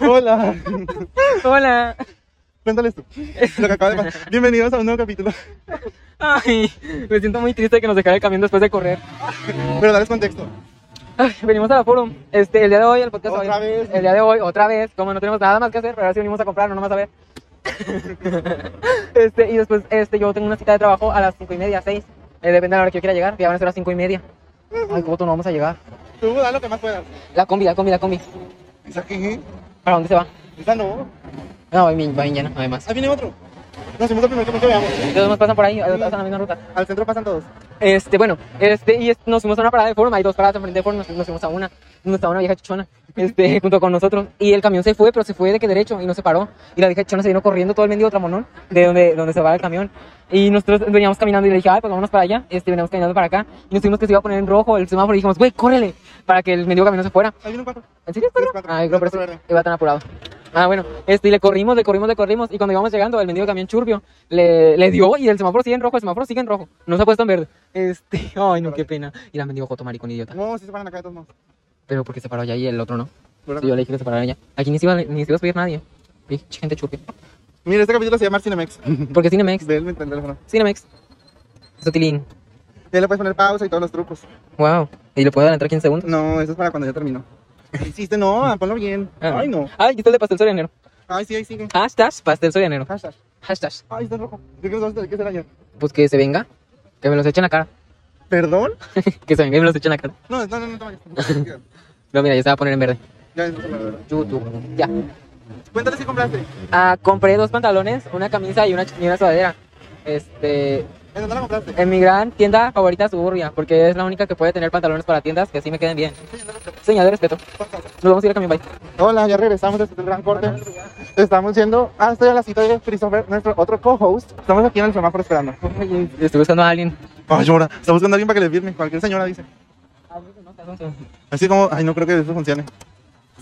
Hola. Hola. Cuéntales tú. Lo que acaba de pasar. Bienvenidos a un nuevo capítulo. Ay, me siento muy triste que nos dejara el camión después de correr. Pero darles contexto. Ay, venimos a la forum. Este, el día de hoy, el podcast Otra hoy- vez. El día de hoy, otra vez. Como no tenemos nada más que hacer, pero ahora sí venimos a comprar, no nomás a ver. este, y después, este, yo tengo una cita de trabajo a las cinco y media, seis. Eh, depende de la hora que yo quiera llegar. Ya van a ser las cinco y media. Ay, Coto, no vamos a llegar. Tú da lo que más puedas. La combi, la combi, la combi. ¿Esa qué? ¿Para dónde se va? Esa no. No, va bien va bien llena, además. Ahí viene otro. Nos fuimos al primer camión que veamos. Los demás pasan por ahí, pasan la misma ruta. Al centro pasan todos. Este, bueno, este, y es- nos fuimos a una parada de forum, hay dos paradas enfrente de forum, nos, nos fuimos a una, nos estaba una vieja chichona, este, junto con nosotros, y el camión se fue, pero se fue de que derecho, y no se paró, y la vieja chichona se vino corriendo todo el mendigo tramonón, de donde, donde se va el camión, y nosotros veníamos caminando, y le dije, ay, pues vámonos para allá, este, veníamos caminando para acá, y nos dijimos que se iba a poner en rojo el semáforo, y dijimos, güey, córrele, para que el mendigo camión se fuera, Ahí viene un cuatro. ¿En serio Sí, es es cuatro? cuatro. Ah, Es yo creo cuatro que verde. iba tan apurado. Ah, bueno, este, y le corrimos, le corrimos, le corrimos, y cuando íbamos llegando, el mendigo camión churbio le, le dio, y el semáforo sigue en rojo, el semáforo sigue en rojo, no se ha puesto en verde. Este, ay, no, qué pena. Y la mendigo joto maricón idiota. No, sí se paran acá de todos modos. Pero porque se paró allá y el otro no. ¿Verdad? Sí, yo le dije que se parara allá. Aquí ni se iba, ni se iba a subir nadie. Pinche gente churbia. Mira, este capítulo se llama Cinemex. Porque Cinemex, Ve el el teléfono. Cinemex, Sotilín, Ya le puedes poner pausa y todos los trucos. wow. Y le puedo adelantar 15 segundos. No, eso es para cuando ya termino. Hiciste, no, ah, ponlo bien. Ah. Ay, no. Ay, aquí está el de pastel sorianero. Ay, sí, ahí sigue. Hashtag pastel sorianero. Hashtag. Hashtag. Ay, está en rojo. Yo creo que nos vamos a tener que hacer ayer. Pues que se venga, que me los echen a cara. ¿Perdón? que se venga y me los echen a cara. No, no, no, no te vayas. No, mira, ya se va a poner en verde. Ya, eso es la verdad. YouTube. Ya. Cuéntales si compraste. Ah, compré dos pantalones, una camisa y una, y una sudadera. Este, ¿En dónde la compraste? en mi gran tienda favorita Suburbia, porque es la única que puede tener pantalones para tiendas que así me queden bien. Señal de respeto. Nos vamos a ir al camión, bye. Hola, ya regresamos desde el gran corte. Estamos yendo hasta la cita de Christopher, nuestro otro co-host. Estamos aquí en el semáforo esperando. Estoy buscando a alguien. Ay, llora. Está buscando a alguien para que le firme. Cualquier señora dice. Así como, ay, no creo que eso funcione.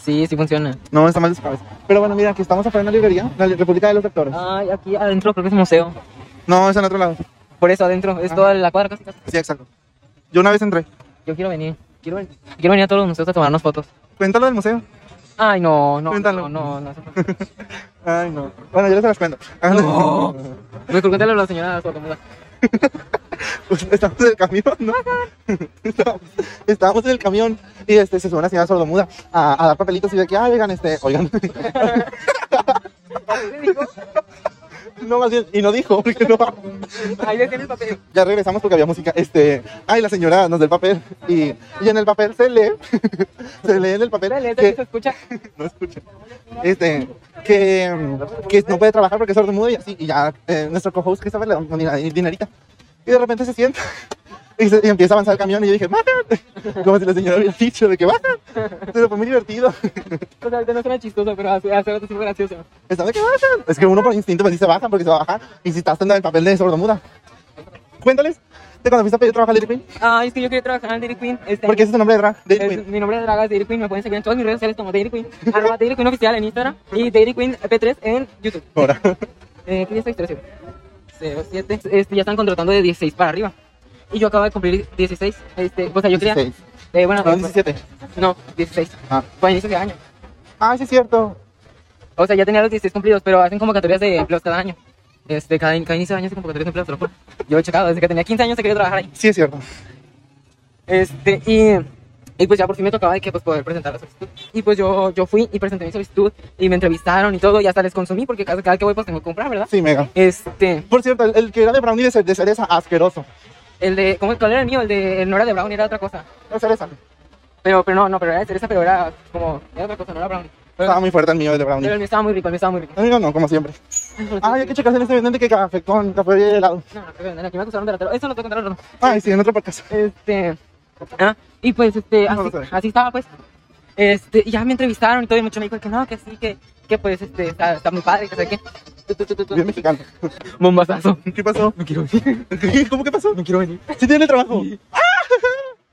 Sí, sí funciona. No, está mal de su cabeza. Pero bueno, mira, aquí estamos afuera en la librería, la li- República de los Lectores. Ay, aquí adentro creo que es museo. No, es en otro lado. Por eso adentro, es toda la cuadra casi. casi. Sí, exacto. Yo una vez entré. Yo quiero venir. Quiero venir. Quiero venir a todos los museos a tomarnos fotos. Cuéntalo del museo. Ay, no, no. Cuéntalo. No, no, no. Ay, no. Bueno, yo les las cuento. No. Me cuéntale a la señora sordomuda. Pues, estábamos en el camión, ¿no? estábamos, estábamos en el camión y este, se sube una señora sordomuda a, a dar papelitos y de que, ay, oigan, este, oigan. no, más bien, y no dijo, porque no. Ahí le tiene el papel. Ya regresamos porque había música. Este, ay, la señora nos da el papel y, y en el papel se lee, se lee en el papel Dale, que- se escucha. no escucha. Este, que, mm, que no puede trabajar porque es sordomudo y así. Y ya eh, nuestro co-host Christopher le da una dina- dinerita. Y de repente se sienta y, se- y empieza a avanzar el camión. Y yo dije, ¡Bajan! Como si la señora hubiera dicho de que bajan. Pero fue muy divertido. O sea, ahorita no suena chistoso, pero hace, hace rato sí fue gracioso. Estaba de que bajan. Es que uno por instinto pues sí se bajan porque se va a bajar. Y si estás en el papel de sordomuda. Cuéntales de cuando fuiste a pedir trabajo a Lady Queen. Ah, es que yo quería trabajar en Dairy Queen. Este, Porque ese es tu nombre de drag, Lady es- Queen. mi nombre de draga es Dairy Queen. Me pueden seguir en todas mis redes sociales como Dairy Queen. arroba Dairy Queen oficial en Instagram y Dairy Queen P3 en YouTube. Ahora. Eh, ¿Qué día es 13? 07. Este, ya están contratando de 16 para arriba. Y yo acabo de cumplir 16. Este, o sea, yo quería. 16. Eh, bueno, No, 17. No, 16. Ah. Fue a inicios de año. Ah, sí es cierto. O sea, ya tenía los 16 cumplidos, pero hacen convocatorias de empleos cada año. Este, cada, cada inicio de año hacen convocatorias de empleos, te lo juro. Yo he checado, desde que tenía 15 años he querido trabajar ahí. Sí es cierto. Este, y, y pues ya por fin me tocaba de que pues poder presentar la solicitud. Y pues yo, yo fui y presenté mi solicitud y me entrevistaron y todo, y hasta les consumí porque cada, cada que voy pues tengo que comprar, ¿verdad? Sí, mega. Este, Por cierto, el, el que era de brownie de, ce- de cereza, asqueroso. el de, ¿cómo, ¿cuál era el mío? El de, el no era de Brown, era otra cosa. De cereza. Pero, pero no, no, pero era de cereza, pero era como, era otra cosa, no era Brown. Pero, Estaba muy fuerte el mío, el de brownie. pero el mío estaba muy rico, el mío estaba muy rico. El mío no, como siempre. Ah, hay que checarse en este vendente que café con café de helado. No, no, no, aquí me acusaron de ratero. Eso no te contaron, no. Ay, sí, en otro podcast. Este. ah, y pues, este, No así, lo sé. así estaba, pues. Este, y ya me entrevistaron y todo, y mucho me dijo que no, que sí, que, que pues, este, está, está muy padre, que sé qué. Tu, tu, tu, tu, tu. Bien mexicano. Bombazazo. ¿Qué pasó? No quiero venir, ¿Qué? ¿Cómo que pasó? no quiero venir. Sí tiene trabajo. Ah,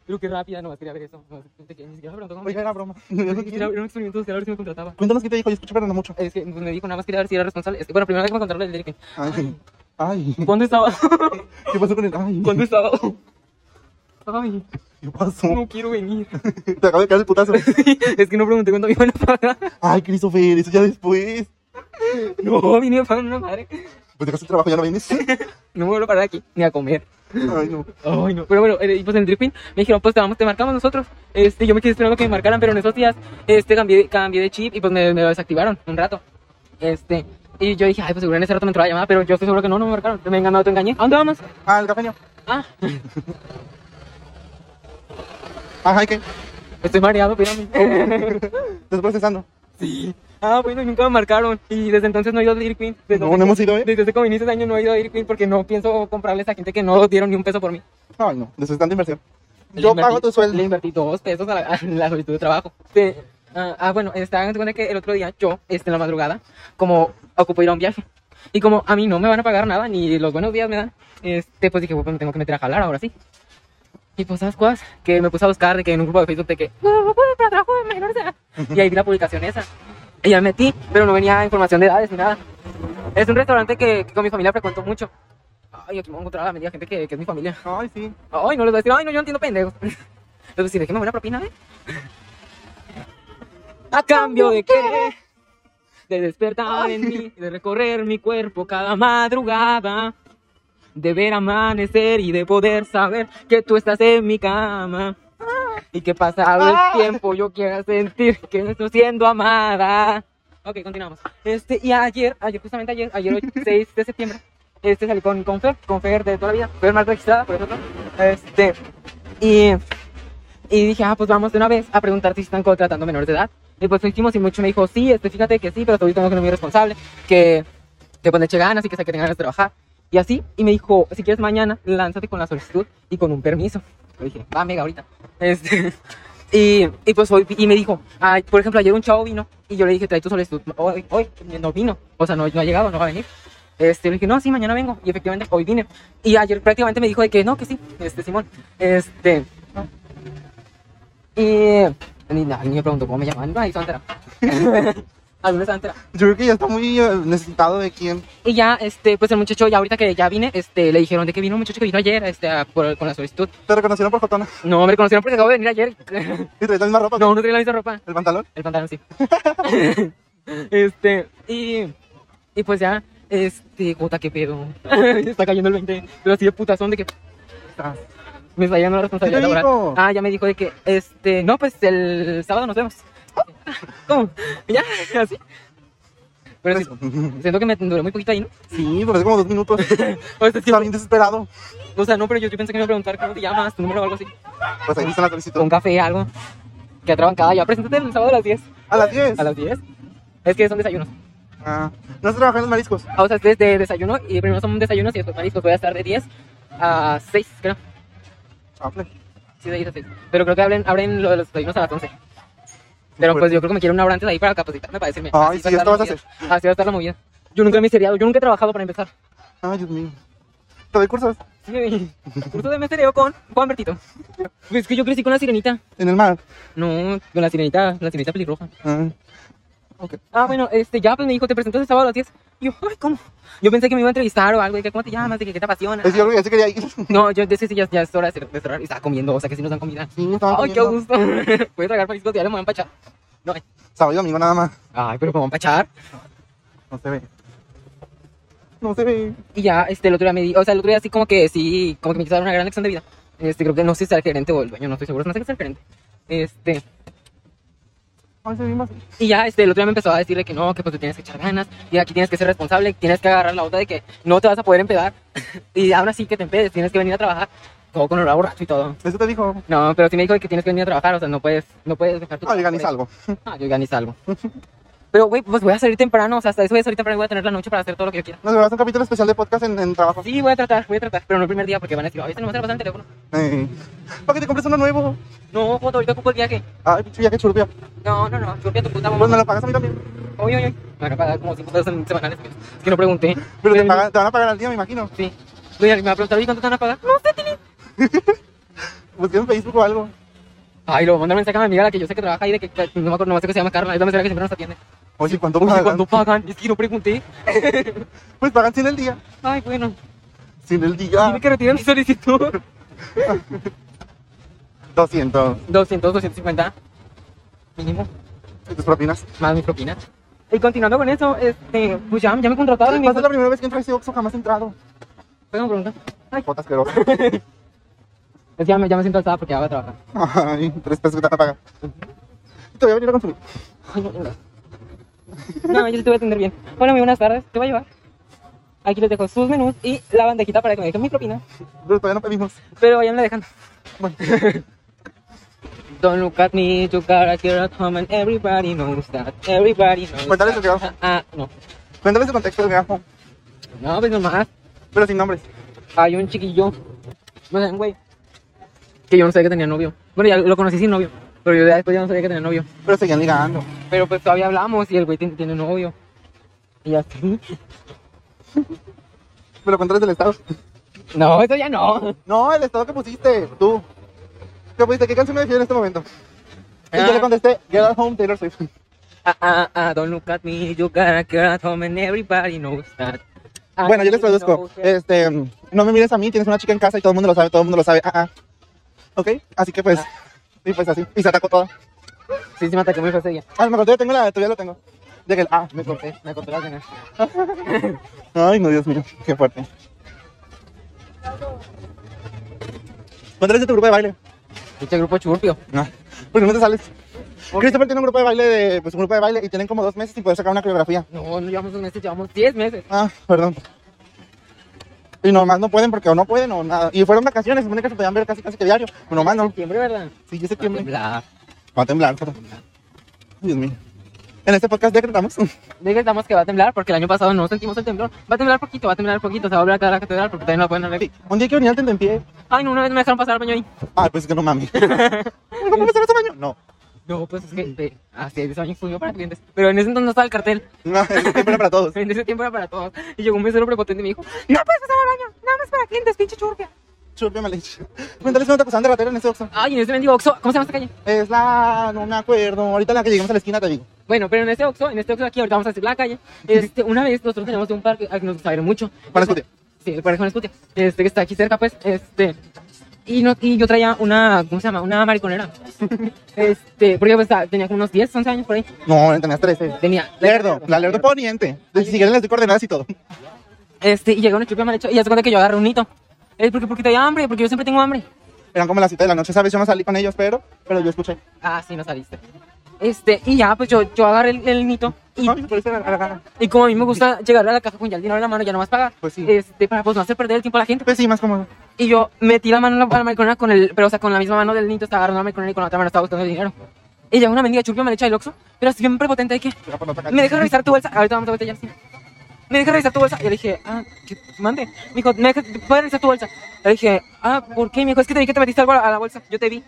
Pero qué rápida, no quería ver eso. No, ni siquiera me preguntó cómo. Oiga, era broma. Era era un experimento social, a ver si me contrataba. Cuéntanos qué te dijo, yo escuché pero no mucho. Es que pues, me dijo nada más quería ver si era responsable. Es que, bueno, primero déjame contarle el lírico. Ay, ay, ¿Cuándo estaba? ¿qué pasó con el? Ay, ¿Cuándo estaba? Ay. ¿Qué pasó? No quiero venir. Te acabo de caer el putazo. es que no pregunté cuánto me iban a pagar. Ay, Christopher, eso ya después. No, vine a pagar una madre. Pues dejaste el trabajo, ya no vienes. No me vuelvo a parar aquí, ni a comer. Ay, no. Ay, no. Pero bueno, eh, y pues en el Dripping me dijeron, pues te, vamos, te marcamos nosotros. Este, yo me quedé esperando que me marcaran, pero en esos días este, cambié, cambié de chip y pues me, me lo desactivaron un rato. Este, y yo dije, ay, pues seguro en ese rato me entró la llamada, pero yo estoy seguro que no, no me marcaron. Me engañado, te engañé. ¿A dónde vamos? Ah, el cafeño. Ah, Ajá, ¿y qué? estoy mareado, espérame. Oh, Te estoy procesando. ah, bueno, y nunca me marcaron. Y desde entonces no he ido a Dairy Queen. Desde No, no hemos ido, ¿eh? Desde hace como inicios de año no he ido a Dairy Queen porque no pienso comprarles a gente que no dieron ni un peso por mí. Ay, no. Necesitan de inversión. Le Yo invertí- pago tu Le sueldo. invertí dos pesos a la, a la solicitud de trabajo. Este, ah, ah, bueno, este, háganse cuenta que el otro día yo, este, en la madrugada, como ocupé ir a un viaje. Y como a mí no me van a pagar nada, ni los buenos días me dan, este, pues dije, "Bueno, pues me tengo que meter a jalar ahora sí. Y pues, ¿sabes cuál? Que me puse a buscar de que en un grupo de Facebook de que, "No, no puedo para trabajo de menores de edad". Y ahí vi la publicación esa. Y ya me metí, pero no venía información de edades ni nada. Es un restaurante que, que con mi familia frecuento mucho. Ay, aquí me voy a encontrar a la media gente que- que es mi familia. Ay, sí. Ay, no les voy a decir, ay, no, yo no entiendo pendejos. Les voy a decir, déjeme una propina, ¿eh? ¿A cambio de qué? De despertar en mí, de recorrer mi cuerpo cada madrugada, de ver amanecer y de poder saber que tú estás en mi cama. Y que pasado el tiempo yo quiera sentir que estoy siendo amada. Ok, continuamos. Este, y ayer, ayer, justamente ayer, ayer, hoy, 6 de septiembre, este salí con, con Fer, con Fer de toda la vida, Fer Marco Registrada, por ejemplo. Este, y, y dije, ah, pues vamos de una vez a preguntar si están contratando menores de edad. Y pues lo hicimos y mucho me dijo, sí, este, fíjate que sí, pero todavía tengo que ser muy responsable, que, que pues le eche ganas y que se que tenga ganas de trabajar. Y así, y me dijo, si quieres mañana, lánzate con la solicitud y con un permiso. Le dije, va, mega, ahorita. Este, y, y pues hoy, vi- y me dijo, ay, por ejemplo, ayer un chavo vino y yo le dije, trae tu solicitud. Hoy, hoy no vino, o sea, no, no ha llegado, no va a venir. Este, le dije, no, sí, mañana vengo. Y efectivamente, hoy vine. Y ayer prácticamente me dijo de que no, que sí, este, Simón. Este. Y. Ni, na- ni me preguntó cómo me llamaban. Ay, Santera. Alguna Santera. Yo creo que ya está muy eh, necesitado de quien. Y ya, este, pues el muchacho, ya ahorita que ya vine, este, le dijeron de que vino un muchacho que vino ayer, este, a- por- con la solicitud. Te reconocieron por Jotona. No, me reconocieron porque acabo de venir ayer. Y traes la misma ropa. no, no tenía la misma ropa. El pantalón. El pantalón sí. este, y, y pues ya, este, puta, qué pedo. Está cayendo el 20, pero así de putazón de que Ah, me está llegando la responsabilidad ¿Qué te laboral. dijo? Ah, ya me dijo de que, este, no, pues el sábado nos vemos. ¿Cómo? ¿Ya? ¿Así? Pero sí, siento que me duró muy poquito ahí, ¿no? Sí, pero es como dos minutos. Está O sea, sí, bien desesperado. o sea, no, pero yo, yo pensé que me iba a preguntar cómo te llamas, tu número o algo así. Pues ahí está la solicitud. Con café, algo. Que atrabancada. Ya, preséntate el sábado a las 10. A las 10. ¿A las 10? Es que son desayunos. Ah, no se trabaja en los mariscos. Ah, o sea, es de, de desayuno y primero son desayunos y después mariscos. Voy a estar de 10 a 6, creo. Chafle. Sí, de 10 a 6. Pero creo que abren, abren lo de los desayunos a las 11. Pero Fuerte. pues yo creo que me quiero una hora antes de ahí para capacitarme, para decirme. Ay, sí, va ya estar estabas a la hacer. movida. Así va a estar la movida. Yo nunca me he seriado, yo nunca he trabajado para empezar. Ay, Dios mío. Te doy cursos Sí, curso de mestereo con Juan Bertito. Pues es que yo crecí con la sirenita. en el mar. No, con la sirenita, la sirenita pelirroja. Ah, ok. Ah, bueno, este, ya pues me dijo, te presentas el sábado a las 10. Y yo, ay, ¿cómo? Yo pensé que me iba a entrevistar o algo, de que cómo te llamas, de que qué te apasiona. Es que yo creo que ya se quería ir. No, yo decía, sí, ya, ya es hora de cer- de cerrar. Y estaba comiendo, o sea que si nos dan comida. Sí, estaba Ay, qué comiendo. gusto. Voy a tragar mariscos, ya le me voy a empachar. No, ay. Sábado y domingo nada más. ay, pero me voy a empachar. No se ve. No se ve. Y ya, este, el otro día me di, o sea, el otro día así como que sí, como que me quiso dar una gran lección de vida. Este, creo que no sé si sea el gerente o el dueño, no estoy seguro, no sé que sea el gerente. Este, Ay, se ve más. y ya, este, el otro día me empezó a decirle que no, que pues tú tienes que echar ganas, y aquí tienes que ser responsable, tienes que agarrar la onda de que no te vas a poder empedar. y aún así que te empedes, tienes que venir a trabajar, todo con horario borracho y todo. Eso te dijo. No, pero sí me dijo que tienes que venir a trabajar, o sea, no puedes, no puedes dejar tu Ay, trabajo por organiza algo. Ah, yo gané algo. Pero, güey, pues voy a salir temprano, o sea, hasta eso voy a salir temprano y voy a tener la noche para hacer todo lo que yo quiera. Nos grabas un capítulo especial de podcast en, en trabajo. Sí, voy a tratar, voy a tratar, pero no el primer día porque van a decir, ay, este no me a pasar el teléfono. Eh, Para que te compres uno nuevo. No, foto, ahorita ocupo el viaje. Ay, pinche viaje churpia. No, no, no, yo tu puta Pues me mamá. lo pagas a mí también. Oye, oye, me van a pagar como 5 pesos en semanales, güey. es que no pregunté. Pero te, pagan- te van a pagar al día, me imagino. Sí. Güey, me va a preguntar, oye, ¿cuánto te van a pagar? No sé, Tini. Busqué en Pues Facebook o algo. Ay, lo manda un mensaje a mi amiga, la que yo sé que trabaja ahí, de que, que- no me acuerdo, no me sé que se llama Carla, es la mesera que siempre nos atiende. Oye, ¿cuánto Oye, pagan? ¿cuándo pagan? Es que no pregunté. Pues pagan 100 el día. Ay, bueno, 100 el día. dime que retiren mi solicitud. Te 200. 200, 250 mínimo, ¿Y tus propinas? más mi propina. Y continuando con eso, este, pues ya, ya me contrataron y me Va a ser la primera vez que entro a ese Oxxo, jamás he entrado. Fue una pregunta. Ay, Jota asquerosa. es que ya me, ya me siento alzada porque ya voy a trabajar. Ay, tres pesos que te van a pagar. Te voy a venir a consumir. Ay, no, no. No, yo sí te voy a atender bien. Bueno, muy buenas tardes, te voy a llevar. Aquí les dejo sus menús y la bandejita para que me dejen mi propina. Pero todavía no pedimos. Pero vayan la dejando. Bueno, Don't look at me, you gotta get at home and everybody knows that. Everybody knows Cuéntales that. lo que hago. Ah, ah, no. cuéntame el contexto del gajo, No, pues nomás. pero sin nombres. Hay un chiquillo. No sé, un güey. Que yo no sabía que tenía novio. Bueno, ya lo conocí sin novio. Pero yo ya después ya no sabía que tenía novio. Pero seguían ligando. Pero pues todavía hablamos y el güey tiene, tiene novio. Y así. Pero cuéntales del estado. No, eso ya no. No, el estado que pusiste, tú. ¿Qué pusiste? ¿Qué canción me decía en este momento? Y yo Ah. le contesté, Get Out Home, Taylor Swift. Ah, ah, ah, don't look at me, you gotta get at home and everybody knows that. Bueno, yo les I traduzco. know that. Este, no me mires a mí, tienes una chica en casa y todo el mundo lo sabe, todo el mundo lo sabe. Ah, ah. ¿Ok? Así que pues, y pues así. Y se atacó todo. Sí, sí, me atacó muy fácil ella. A lo mejor todavía tengo la, todavía lo tengo. De que el ah. Me corté, me corté las venas. Ay, no, Dios mío, qué fuerte. Cuéntales de tu grupo de baile. Este grupo churpio. No, porque no te sales. Christopher tiene un grupo de baile, de, pues un grupo de baile y tienen como dos meses sin poder sacar una coreografía. No, no llevamos dos meses, llevamos 10 meses. Ah, perdón. Y nomás no pueden porque o no pueden o nada. Y fueron vacaciones, supone que se podían ver casi casi que diario. Pero nomás no. Septiembre, ¿verdad? Sí, yo Va a septiembre. temblar. Va a temblar. Jota. Dios mío. En este podcast decretamos. Decretamos que va a temblar porque el año pasado no sentimos el temblor. Va a temblar poquito, va a temblar poquito. Se va a volver a caer la catedral porque también no la pueden arreglar. Sí, Un día que venía al tentempié. Ay, no, una vez me dejaron pasar al baño ahí. Ay, pues es que no mami. ¿No puedo pasar este baño? No. No, pues es que ve, hace 10 años subió para clientes. Pero en ese entonces no estaba el cartel. No, es que para todos. En ese tiempo era para todos. Y llegó un mesero prepotente y me dijo: No puedes pasar al baño, nada más para clientes, pinche churpia. Churpe malich. Cuéntales que no te acusaban de ratero en ese Oxxo. Ay, en ese mendigo Oxxo, ¿cómo se llama esta calle? Es la... no me acuerdo. Ahorita en la que lleguemos a la esquina te digo. Bueno, pero en este Oxxo, en este Oxxo aquí, ahorita vamos a decir la calle. Este, una vez nosotros teníamos de un parque al que nos gustaba ir mucho. Para Este, escuchar. Sí, el Parque Juan Escutia. Este, que está aquí cerca, pues, este... Y, no, y yo traía una, ¿cómo se llama? Una mariconera. Este, porque pues, ah, tenía como unos 10, 11 años por ahí. No, tenías 13. Tenía... Lerdo, la Lerdo Poniente. De- Si quieren les doy coordenadas y todo. Este, y llegó un chupe mal hecho y ya se cuenta que yo agarré un hito. Es porque, porque tenía hambre, porque yo siempre tengo hambre. Eran como las 7 de la noche, ¿sabes? Yo no salí con ellos, pero, pero yo escuché. Ah, sí, no saliste. Este, y ya, pues yo, yo agarré el, el nito y, Ay, por eso era- era- y como a mí me gusta llegar a la caja con ya el dinero en la mano, ya no más pagar. Pues sí. Este, para pues no hacer perder el tiempo a la gente. Pues sí, más como. Y yo metí la mano en la, a la mariconera con el, pero o sea, con la misma mano del niño estaba agarrando la mariconera y con la otra mano estaba buscando el dinero. Y llegó una mendiga churpia me le echa el oxo, pero así bien prepotente de que, era por la otra calle. me deja revisar tu bolsa, ahorita vamos a botellar, sí. Me deja revisar tu bolsa, y le dije, ah, que mande. Me dijo, me deja, ¿puedes revisar tu bolsa? Le dije, ah, ¿por qué? Me dijo, es que te vi que te metiste algo a la, a la bolsa, yo te vi.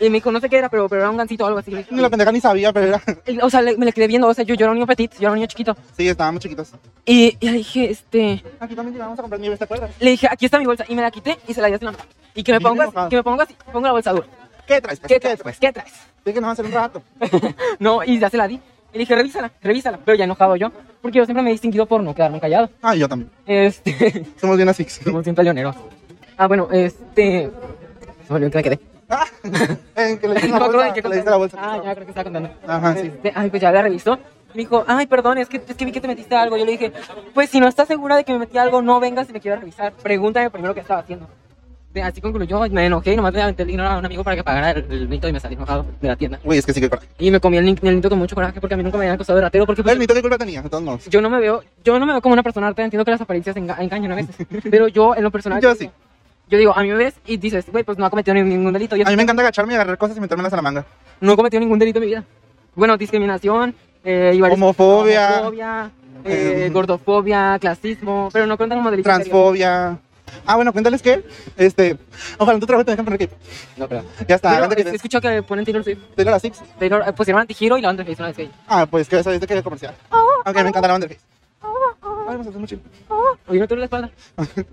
Y me dijo, no sé qué era, pero, pero era un gancito o algo así. Le dije, Ni la pendeja ni sabía, pero era. y, o sea, le- me le quedé viendo, o sea, yo, yo era un niño petit, yo era un niño chiquito. Sí, estábamos chiquitos. Y, y le dije, este, Aquí también llegábamos a comprar nieve, ¿te acuerdas? le dije, aquí está mi bolsa, y me la quité y se la di así en la mano. Y que me Bien pongo así, enojado. que me pongo así, pongo la bolsa dura. ¿Qué traes? pues? ¿Qué traes, pues? ¿Qué traes? Sí, que nos va a hacer un rato. no, y ya se la di. Y le dije, revísala, revísala. Pero ya enojado yo, porque yo siempre me he distinguido por no quedarme callado. Ah, yo también. Este, Somos bien así. somos siempre leoneros. Ah, bueno, este... Se me olvidó en qué me quedé. Ah, en que le diste No la me acuerdo de bolsa. qué que le diste conté. la bolsa. Ah, ya, creo que estaba contando. Ajá, sí. Este, ay, pues ya la revisó. Me dijo, ay, perdón, es que, es que vi que te metiste algo. Yo le dije, pues si no estás segura de que me metí algo, no vengas y me quieras revisar. Pregúntame primero qué estaba haciendo. De- Así concluyó, me enojé y nomás le aventé el dinero a un amigo para que pagara el, el mito y me salí enojado de la tienda. Uy, es que sí que corta. Y me comí el, nin- el nito con mucho coraje porque a mí nunca me habían acosado de ratero porque pues, El mito, ¿qué culpa tenía? De todos modos. yo no me veo, yo no me veo como una persona artera, entiendo que las apariencias enga- engañan a veces, pero yo en lo personal Yo sí. digo- Yo digo, a mí me ves y dices, güey, pues no ha cometido ni- ningún delito. Yo A mí me encanta agacharme y agarrar cosas y metérmelas a la manga. no he cometido ningún delito en mi vida. Bueno, discriminación, eh, y varias- Homofobia. homofobia, eh, Eh, gordofobia, clasismo, pero no cuentan como delito. serio. Transfobia. Ah, bueno, cuéntales que, este, ojalá en tu trabajo te dejen poner que No, pero. ya está, Pero, grande Ah, que es- te- escucho que ponen Taylor Swift. Taylor a Six. Taylor, eh, pusieron antigiro y la otra hizo una vez Ah, pues que sabes de qué comercial. Oh, Aunque me encanta la banda del Ay, me saltó mucho. Oye, no te duele la espalda.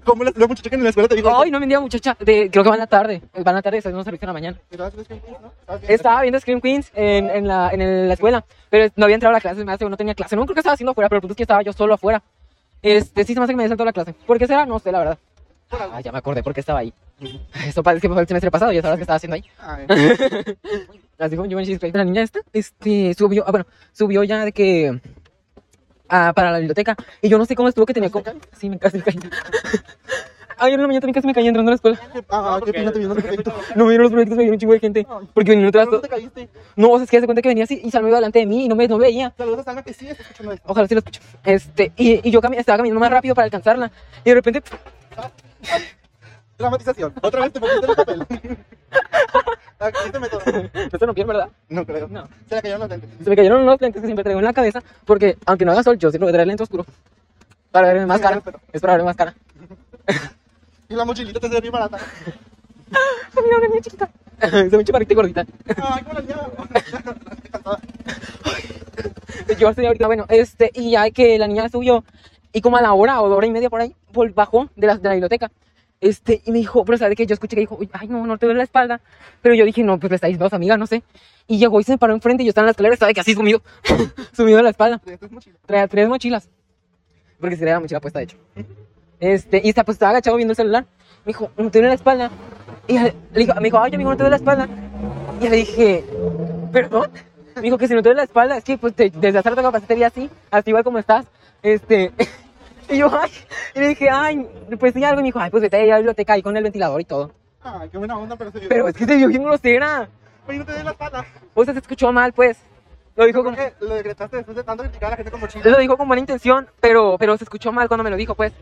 Como la, la muchacha que en la escuela te dijo. Ay, no me envía muchacha. De, creo que van a la tarde. Van a la tarde y salimos a servicio en la mañana. ¿Estabas en Scream Queens, no? ¿Estabas bien? Estaba viendo Scream Queens en, en la, en la escuela, pero no había entrado a la clase, me hace, no tenía clase. No creo que estaba haciendo afuera, pero el punto es que estaba yo solo afuera. Este, sí, se me hace que me había saltado la clase. ¿Por qué será? No sé, la verdad. Ah, ya me acordé porque estaba ahí. Eso parece que fue el semestre pasado, ya sabes que estaba haciendo ahí. Ay, Así como yo me dije, la niña esta, este, subió, ah, bueno, subió ya de que ah, para la biblioteca. Y yo no sé cómo estuvo que tenía como. Sí, me casi me caí. Ayer en la mañana también casi me caí entrando a la escuela. ah, qué pena te vino perfecto. No me vieron los proyectos, me vieron un chingo de gente. Porque venían Pero otras no dos. te caíste. No, o sea, es que se cuenta que venía así y Salma iba delante de mí y no me no veía. Saludos a Salma que sí está escuchando esto. Ojalá sí lo escucho. Este, y, y yo cami- estaba caminando más rápido para alcanzarla. Y de repente, Dramatización. Otra vez te pusiste en el papel. Aquí te meto. eso no pierde, ¿verdad? No creo. No. Se la cayeron los lentes. Se me cayeron los lentes que siempre traigo en la cabeza. Porque aunque no haga sol, yo siempre voy a traer lente oscuro. Para verme más Sí, cara. claro, Es para verme más cara. Y la mochilita te salió bien barata. Ah, mira, una niña chiquita. Soy muy chaparrita y gordita. Ay, cómo la llevo. Yo estoy ahorita, bueno, este, y ya que la niña subió, y como a la hora o hora y media por ahí, vol- bajó de la, de la biblioteca. Este, y me dijo, pero sabes que yo escuché que dijo, "Uy, ay, no, no te duele la espalda. Pero yo dije, no, pues le estáis dos, amiga, no sé. Y llegó y se me paró enfrente, y yo estaba en la escalera, estaba de que así sumido, sumido a la espalda. Esta es mochila. Traía tres mochilas. Porque se le la mochila puesta, de hecho. Este, y está, pues estaba agachado viendo el celular. Me dijo, no te duele la espalda. Y ya le le dijo, me dijo, ay, amigo, no te duele la espalda. Y ya le dije, ¿perdón? Me dijo que si no te duele la espalda, es que pues te- desde hace rato que pasaste día así, así igual como estás. Este, y yo, ay, y le dije, ay, pues sí, algo. Y me dijo, ay, pues vete a la biblioteca ahí con el ventilador y todo. Ay, qué buena onda, pero se vio. Pero es que se vio bien grosera. Pero no te dio la espalda. O sea, se escuchó mal, pues. Lo dijo ¿Por como, qué lo decretaste después de tanto criticar a la gente con mochila? lo dijo con buena intención, pero, pero se escuchó mal cuando me lo dijo, pues.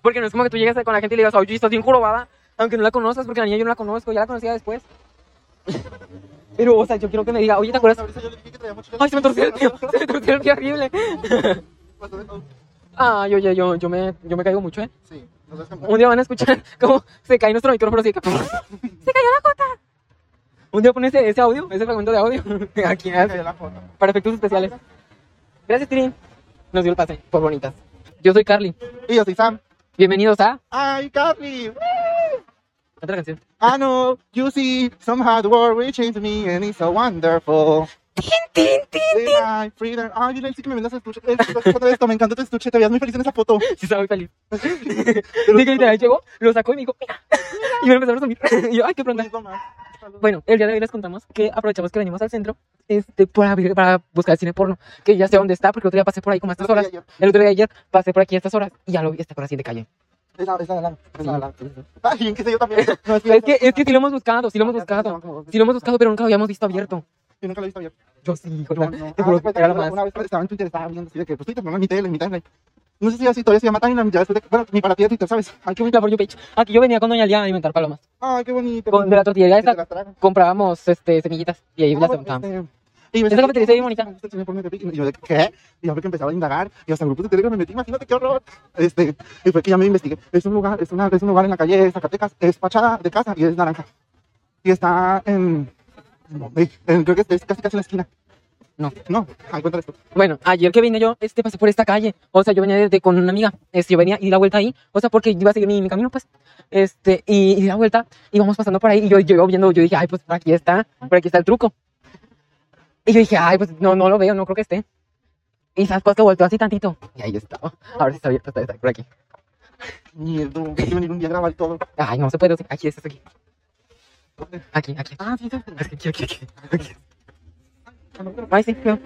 Porque no es como que tú llegas con la gente y le digas, oye, estás bien jorobada, aunque no la conozcas, porque la niña yo no la conozco, ya la conocía después. Pero, o sea, yo quiero que me diga, oye, ¿te acuerdas? Sabrisa, yo le dije que traía mochila. Ay, se me torció el pie, se me torció el pie horrible. Pasó de todo. Ay, oye, yo, yo, me, yo me caigo mucho, ¿eh? Sí, nos ves Un día van a escuchar cómo se cae nuestro micrófono así de que... ¡Se cayó la gota! Un día pones ese audio, ese fragmento de audio, aquí, ah, cayó la foto. para efectos especiales. Gracias, Trin. Nos dio el pase, por bonitas. Yo soy Carly. Y yo soy Sam. Bienvenidos a Ay, Carly. otra canción. I know you see somehow the world reaching to me and it's so wonderful. With my freedom. Ay, dile sí que me vendas el estuche. El estuche, otra vez esto, me encantó tu estuche, te veías muy feliz en esa foto. Sí, estaba muy feliz. Dije que literal llegó, lo sacó y me dijo, mira. Y me lo empezaron a subir. Y yo, ay, qué pronto. Pues, no más. Bueno, el día de hoy les contamos que aprovechamos que venimos al centro este, para, abrir- para buscar el cine porno. Que ya sé dónde está, porque el otro día pasé por ahí como a estas horas. Es El otro día ayer pasé por aquí a estas horas y ya lo vi, está por así de calle. la, es la de Alan, es la de Alan. Sí, sí, sí. Ay, bien que sé yo también. No, Ah, Es que, es que sí lo hemos buscado, sí lo hemos buscado. Sí lo hemos buscado, pero nunca lo habíamos visto abierto. Yo nunca lo he visto bien. Yo sí, hijo, No, no. te Ah, juro cuenta que que era lo una- más. Una vez estaba en Twitter, estaba viendo así de que, pues Twitter, no, mi tele, mi timeline. No sé si así todavía se llama timeline, ya después de, bueno, mi para ti de Twitter, ¿sabes? Ay, qué bonito. La For You page. Aquí yo venía con Doña Lía a inventar palomas. Ay, qué bonito. Con, de la tortillería Que te esta las tragan. comprábamos este, semillitas y ahí Ah, las bueno, juntábamos. este, y me Esa salió- cafetería está bien bonita. este chisme porno de Pic, Y yo de qué? Y ya fue que empezaba a indagar. Y hasta el grupo de Telegram me metí, imagínate qué horror. Este, y fue que ya me investigué. Es un lugar, es, una, es un lugar en la calle de Zacatecas, es fachada de casa y es naranja. Y está en. en- creo que es, es casi casi en la esquina. No. No, ah, encuentra esto. Bueno, ayer que vine yo, este, pasé por esta calle. O sea, yo venía desde con una amiga. Este, yo venía y di la vuelta ahí. O sea, porque iba a seguir mi, mi camino, pues. Este, y, y di la vuelta. Íbamos pasando por ahí. Y yo, yo iba viendo, yo dije, ay, pues por aquí está. Por aquí está el truco. Y yo dije, ay, pues no, no lo veo, no creo que esté. Y esas cosas que volteó así tantito. Y ahí estaba. Ahora sí está abierto, está, está por aquí. Mierda, hay que venir un día a grabar todo. Ay, no se puede. sí. Aquí, está, está aquí. Aquí, aquí. Ah, sí, sí. Es que aquí, aquí, aquí. Ay, sí, claro.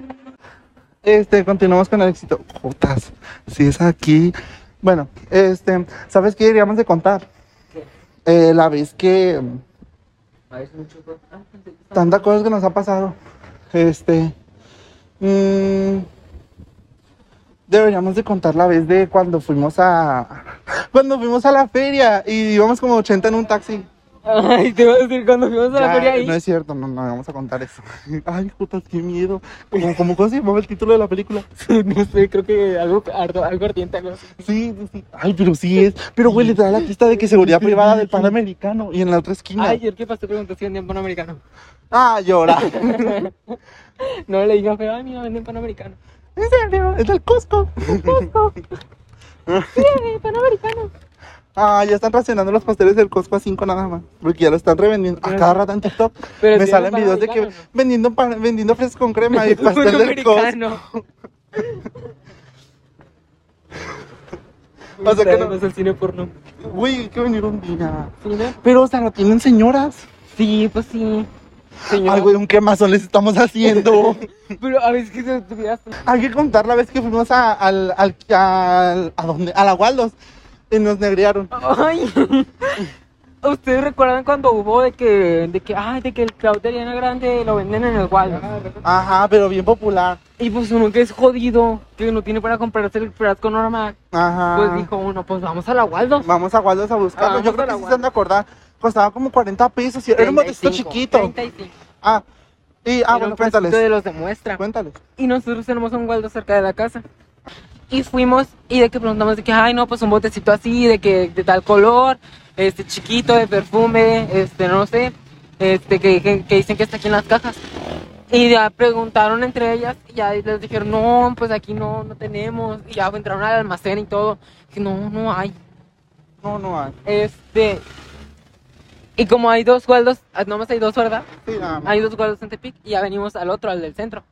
Este, continuamos con el éxito. Jotas, si es aquí. Bueno, este, ¿sabes qué deberíamos de contar? Eh, la vez que tantas cosas que nos ha pasado. Este, mm, deberíamos de contar la vez de cuando fuimos a, cuando fuimos a la feria y íbamos como 80 en un taxi. Ay, te iba a decir, cuando fuimos a la Ya, feria ahí. No es cierto, no, no vamos a contar eso. Ay, jotas, qué miedo. Como, como cómo se llamaba el título de la película. No sé, creo que algo, ardo- algo ardiente, algo así. Sí, sí, sí. Ay, pero sí es. Pero, güey, le da la pista de que seguridad privada del Panamericano y en la otra esquina. Ayer que pasó preguntó pues, si vendían pan americano. Ah, llora. No le dije, pero ay, mira, venden pan americano. ¿En serio? Es del Costco. Sí, pan americano. Ah, ya están racionando los pasteles del Costco a 5 nada más. Porque ya lo están revendiendo. A cada rato en TikTok Pero me sí, salen pan videos de que americano, vendiendo, pan- vendiendo fresas con crema y pastel del Costco. americano. O sea que no- el cine porno. Güey, hay que venir un día. Sí, ¿no? Pero, o sea, lo tienen señoras. Sí, pues sí. Señor. Ay, güey, un quemazón les estamos haciendo. Pero a veces que se tuvieras. Hay que contar la vez que fuimos a, al, al, al- a donde, a la Waldos y nos negrearon. Ay. ¿Ustedes recuerdan cuando hubo de que, de que, ay, de que el Cloud de Ariana Grande lo venden en el Walmart? Ajá, pero bien popular. Y pues uno que es jodido, que no tiene para comprarse el frasco normal, Ajá. pues dijo uno, pues vamos a la Waldo. Vamos a Waldos a buscarlo. Vamos Yo a creo que sí la se han de Waldos. acordar. Costaba como 40 pesos. Y era un botecito chiquito. 35. Ah, y, ah, Era bueno, un frasquito cuéntales. de los de muestra. Cuéntales. Y nosotros tenemos un Waldo cerca de la casa. Y fuimos y de que preguntamos de que, ay, no, pues un botecito así, de que de tal color, este chiquito, de perfume, este, no sé, este, que, que- que dicen que está aquí en las cajas. Y ya preguntaron entre ellas y ya les dijeron, no, pues aquí no, no tenemos. Y ya entraron al almacén y todo. Que no, no hay. No, no hay. Este. Y como hay dos sueldos, ah, nomás hay dos, ¿verdad? Sí, nada más. Hay dos sueldos en Tepic y ya venimos al otro, al del centro.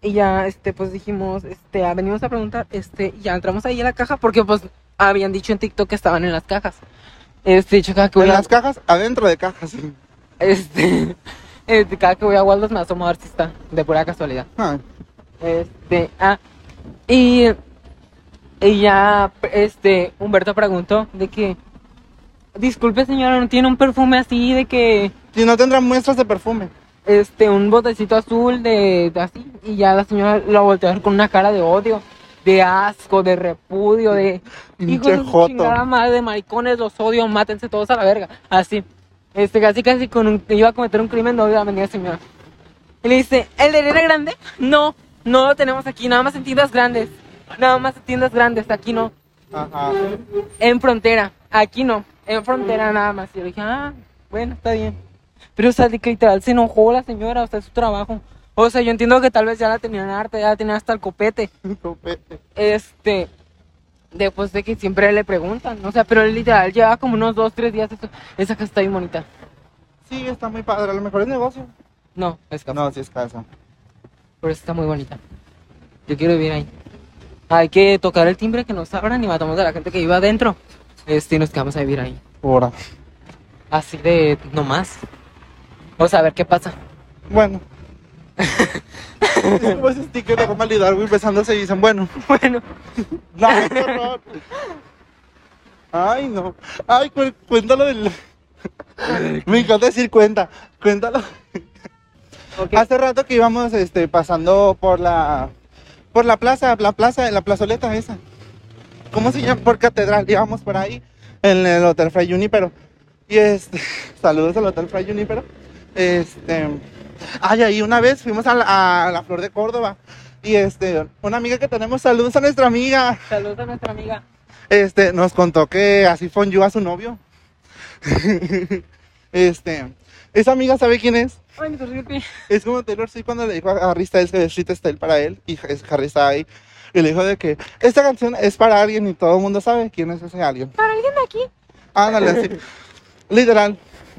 Y ya, este, pues dijimos, este, ah, venimos a preguntar, este, y ya entramos ahí a la caja porque, pues, habían dicho en TikTok que estaban en las cajas. Este, yo cada que voy En a, las cajas, adentro de cajas. este, este, cada que voy a Waldos me asomo a ver si está, de pura casualidad. Ay, Este, ah, y, y ya, este, Humberto preguntó de que, disculpe señora, ¿no tiene un perfume así de que, Y no tendrán muestras de perfume. este, un botecito azul de, de así? Y ya la señora lo volteó a ver con una cara de odio, de asco, de repudio, de, hijo Pinche de su chingada joto. madre de maricones, los odio, mátense todos a la verga, así. Este, casi casi con un- iba a cometer un crimen de odio a la mendiga señora. Y le dice, ¿el de Arena Grande? No, no lo tenemos aquí, nada más en tiendas grandes. Nada más en tiendas grandes, aquí no. Ajá. En frontera, aquí no. En frontera nada más. Y yo dije, ah, bueno, está bien. Pero, o sea, de que literal se enojó la señora, o sea, es su trabajo. O sea, yo entiendo que tal vez ya la tenían harta, ya la tenían hasta el copete. Copete. Este, después de que siempre le preguntan, o sea, pero él literal lleva como unos dos, tres días. eso- esa casa está bien bonita. Sí, está muy padre. A lo mejor es negocio. No, es café. No, sí es casa. Pero está muy bonita. Yo quiero vivir ahí. Hay que tocar el timbre que nos abran y matamos a la gente que viva adentro. Este, y nos quedamos a vivir ahí. Ahora. Así de nomás. Vamos a ver qué pasa. Bueno. Pues sticker de Roma Lidar, güey, besándose y dicen, bueno. Bueno, No, qué horror. Ay, no. Ay, cu- cuéntalo del. Me encanta decir cuenta. Cuéntalo. ok. Hace rato que íbamos este, pasando por la. Por la plaza, la plaza, la plazoleta esa. ¿Cómo se llama? Por catedral. Íbamos por ahí. En el Hotel Fray Junipero. Y este. Saludos al Hotel Fray Junipero. Este. Ay, ahí una vez fuimos a la, a la Flor de Córdoba. Y este. Una amiga que tenemos. Saludos a nuestra amiga Saludos a nuestra amiga. este, nos contó que así fondió a su novio. este, esa amiga sabe quién es. Ay, me torcí el pie. Es como Taylor Swift cuando le dijo a Harry Styles que Street Style para él y es Harry Styles. Y le dijo de que esta canción es para alguien y todo el mundo sabe quién es ese alguien. Para alguien de aquí. Ándale, así. Literal.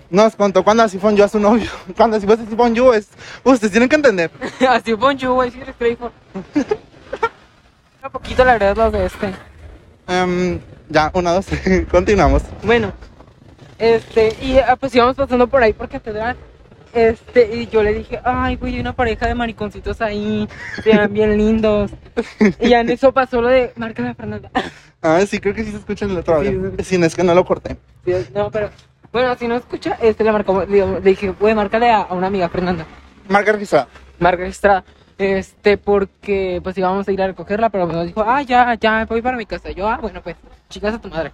Nos contó cuando así fondió a su novio. Cuando así así fondió es. Ustedes tienen que entender. Así poncho, güey, sí, Crayford. Un poquito la verdad los de este. Em, ya, una, dos, continuamos. Bueno, este, y ah, pues íbamos pasando por ahí por catedral. Este, y yo le dije, ay, güey, hay una pareja de mariconcitos ahí, se ven bien lindos. Y ya en eso pasó lo de, márcale a Fernanda. Ah, sí, creo que sí se escucha en el otro Sí, audio. Sí, es que no lo corté. Sí, No, pero, bueno, si no escucha, este le marcó, le, le dije, güey, márcale a, a una amiga, Fernanda, Marca registrada. Marga Estrada. Este, porque, pues íbamos a ir a recogerla, pero nos dijo, ah, ya, ya, voy para mi casa. Yo, ah, bueno, pues, chicas a tu madre.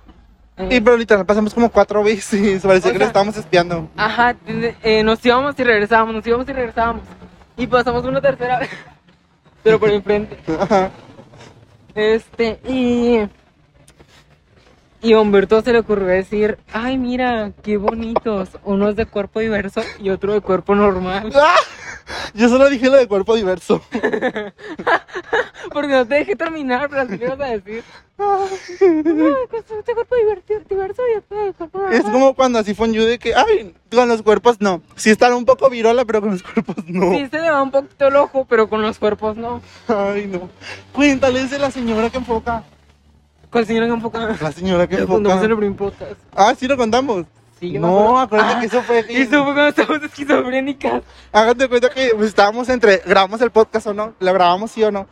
Eh, Y pero literal pasamos como cuatro veces, parecía O que sea- nos estábamos espiando. Ajá, tiene- eh, nos íbamos y regresábamos, nos íbamos y regresábamos. Y pasamos una tercera vez, pero por enfrente. Ajá. Este, y. Y a Humberto se le ocurrió decir: Ay, mira, qué bonitos. Uno es de cuerpo diverso y otro de cuerpo normal. ¡Ah! Yo solo dije lo de cuerpo diverso. Porque no te dejé terminar, pero así le ibas a decir: Uno de cu- de este cuerpo diverti- diverso y otro de cuerpo normal. Es como cuando así fue un yu de que, ay, con los cuerpos no. Sí estar un poco virola, pero con los cuerpos no. Sí, se le va un poquito el ojo, pero con los cuerpos no. Ay, no. Cuéntales de la señora que enfoca. ¿Cuál señora que enfoca? La señora que Cuando enfoca. vamos en el primer podcast. Ah, sí lo contamos. Sí, yo me acuerdo. no, acuérdate Ah, que eso fue. Y eso fue cuando estábamos esquizofrénicas. Hagan de cuenta que pues, estábamos entre, grabamos el podcast o no, la grabamos sí o no.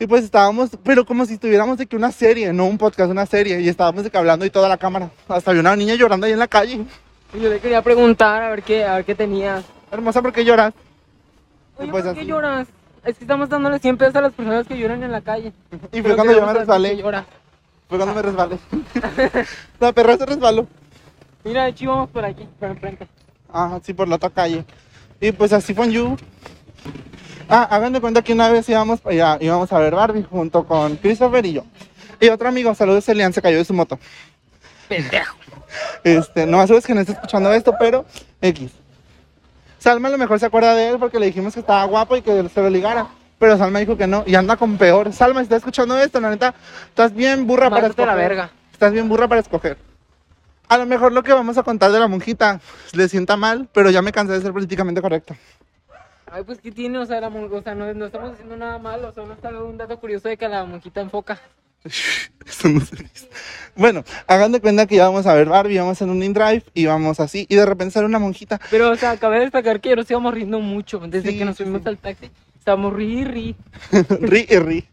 Y pues estábamos, pero como si estuviéramos de que una serie, no un podcast, una serie. Y estábamos de que hablando y toda la cámara. Hasta había una niña llorando ahí en la calle. Y yo le quería preguntar a ver qué, a ver qué tenías. Hermosa, ¿por qué lloras? Oye, Pues ¿por qué así. lloras? Es que estamos dándole 100 pesos a las personas que lloran en la calle. Y fue Pero cuando yo me queremos saber por qué resbalé. llora. Fue cuando me resbalé. la perra se resbaló. Mira, de hecho íbamos por aquí, por enfrente. Ajá, Ah, sí, por la otra calle. Y pues así fue en You. Ah, hagan de cuenta que una vez íbamos, para allá, íbamos a ver Barbie junto con Christopher y yo. Y otro amigo, saludos, Elian, se cayó de su moto. Pendejo. Este, nomás sabes que no está escuchando esto, pero X. Salma a lo mejor se acuerda de él porque le dijimos que estaba guapo y que se lo ligara. Pero Salma dijo que no y anda con peor. Salma, si está escuchando esto, la neta, estás bien burra para Mátate escoger. la verga. Estás bien burra para escoger. A lo mejor lo que vamos a contar de la monjita le sienta mal, pero ya me cansé de ser políticamente correcto. Ay, pues ¿qué tiene? O sea, la mon- o sea no, no estamos haciendo nada malo. Solo está un dato curioso de que la monjita enfoca. Eso no se dice. Bueno, hagan de cuenta que íbamos a ver Barbie, íbamos en un in-drive, íbamos así, y de repente sale una monjita. Pero, o sea, cabe destacar que nos íbamos riendo mucho. Desde Sí, que nos sí, subimos sí. al taxi, estábamos ri, ri. ri y ri.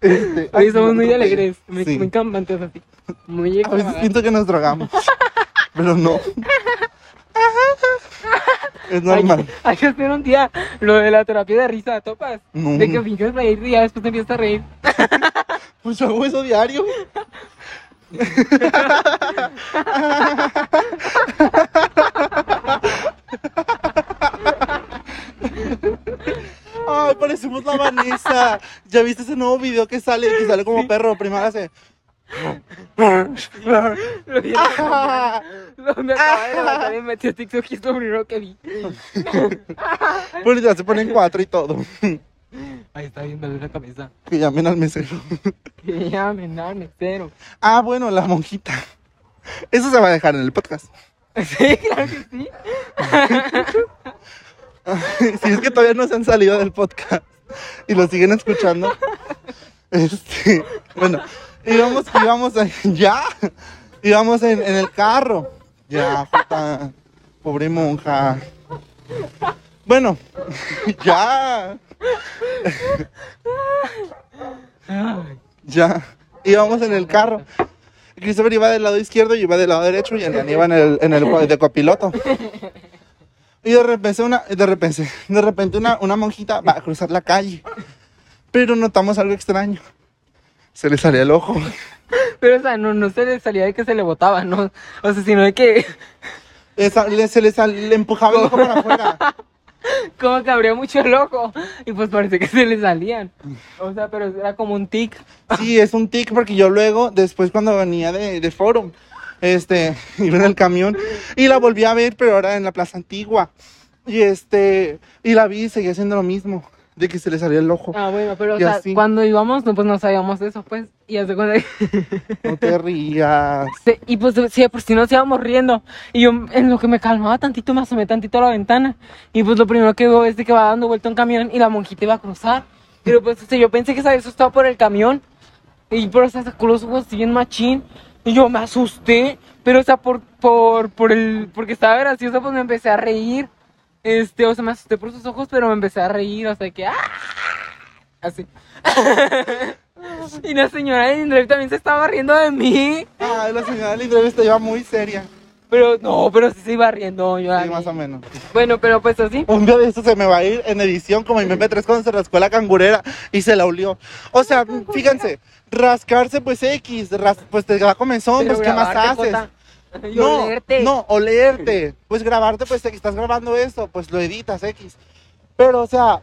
Este, Hoy ay, somos no, muy no, alegres. Me, sí. me encantan antes así. Muy A veces extravagantes. siento que nos drogamos, pero no. Es normal. Hay, hay que hacer un día lo de la terapia de risa, ¿topas? No. De que finges reír y ya después te empiezas a reír. Pues yo hago eso diario. Ay, parecemos la Vanessa. ¿Ya viste ese nuevo video que sale? Que sale como perro. Primero hace. Lo vi en la mañana. Lo me acaba de levantar y metí a TikTok y es lo primero que vi. Pues ya se ponen cuatro y todo. Ahí está viéndole la cabeza. Que llamen al mesero. Que llamen al mesero. Ah, bueno, la monjita. Eso se va a dejar en el podcast. Sí, claro que sí. si es que todavía no se han salido del podcast y lo siguen escuchando. Este, bueno, íbamos, íbamos, a- ya, íbamos en, en el carro. Ya, puta, pobre monja. Bueno, ya, Ay, ya, íbamos en el carro. Christopher iba del lado izquierdo, yo iba del lado derecho y Elian iba en el, en el co- de copiloto. Y de repente una, de repente, de repente una, una monjita va a cruzar la calle. Pero notamos algo extraño. Se le salía el ojo. Pero, o sea, no, no se le salía de que se le botaba, ¿no? O sea, sino de que Esa- le- se le, sal- le empujaba el ojo para afuera. como que abría mucho el ojo. Y pues parece que se le salían. O sea, pero era como un tic. Sí, es un tic porque yo luego, después cuando venía de, de Forum, este, iba en el camión y la volví a ver, pero ahora en la Plaza Antigua. Y este, y la vi y seguía haciendo lo mismo, de que se le salía el ojo. Ah, bueno, pero, o Y sea, así. cuando íbamos, no, pues no sabíamos eso, pues. Y hace cuenta que- No te rías. Sí, y pues sí, por si nos íbamos riendo. Y yo en lo que me calmaba tantito, me asomé tantito a la ventana. Y pues lo primero que veo es de que va dando vuelta un camión y la monjita iba a cruzar. Pero pues o sea, yo pensé que se había asustado por el camión. Y pero o sea, sacó los ojos así bien machín. Y yo me asusté. Pero o sea, por, por, por el, porque estaba graciosa, pues me empecé a reír. Este, o sea, me asusté por sus ojos, pero me empecé a reír. O sea, que ¡ah! Así. y la señora de Indrev también se estaba riendo de mí. Ay, Ah, la señora del entrevista iba muy seria. Pero no, pero sí se iba riendo. Yo la Sí, vi. más o menos. Bueno, pero pues así. Un día de esto se me va a ir en edición como en MP3 cuando se rascó la cangurera y se la olió. O sea, fíjense, rascarse pues X, ras- pues te la comenzón, pero pues qué más grabarte, haces. Cota. Y No, olerte. no, olerte. Pues grabarte pues X, estás grabando esto, pues lo editas X. Pero o sea,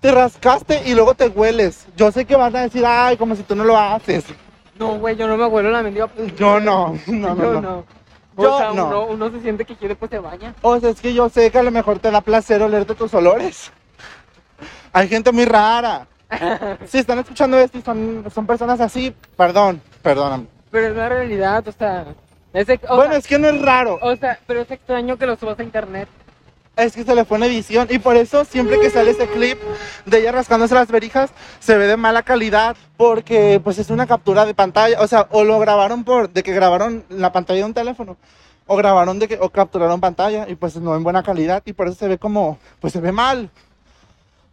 te rascaste y luego te hueles. Yo sé que van a decir, ay, como si tú no lo haces. No, güey, yo no me acuerdo la mendiga. Yo no, no, no. Yo no. no. Yo o sea, no. Uno, uno se siente que quiere, pues se baña. O sea, es que yo sé que a lo mejor te da placer olerte tus olores. Hay gente muy rara. Si están escuchando esto y son, son personas así, perdón, perdóname. Pero es una realidad, o sea. es ex- o bueno, sea, es que no es raro. o sea, pero es extraño que lo subas a internet. es que se le fue en edición y por eso siempre que sale ese clip de ella rascándose las verijas se ve de mala calidad porque pues es una captura de pantalla, o sea, o lo grabaron por de que grabaron la pantalla de un teléfono o grabaron de que o capturaron pantalla y pues no en buena calidad y por eso se ve como pues se ve mal.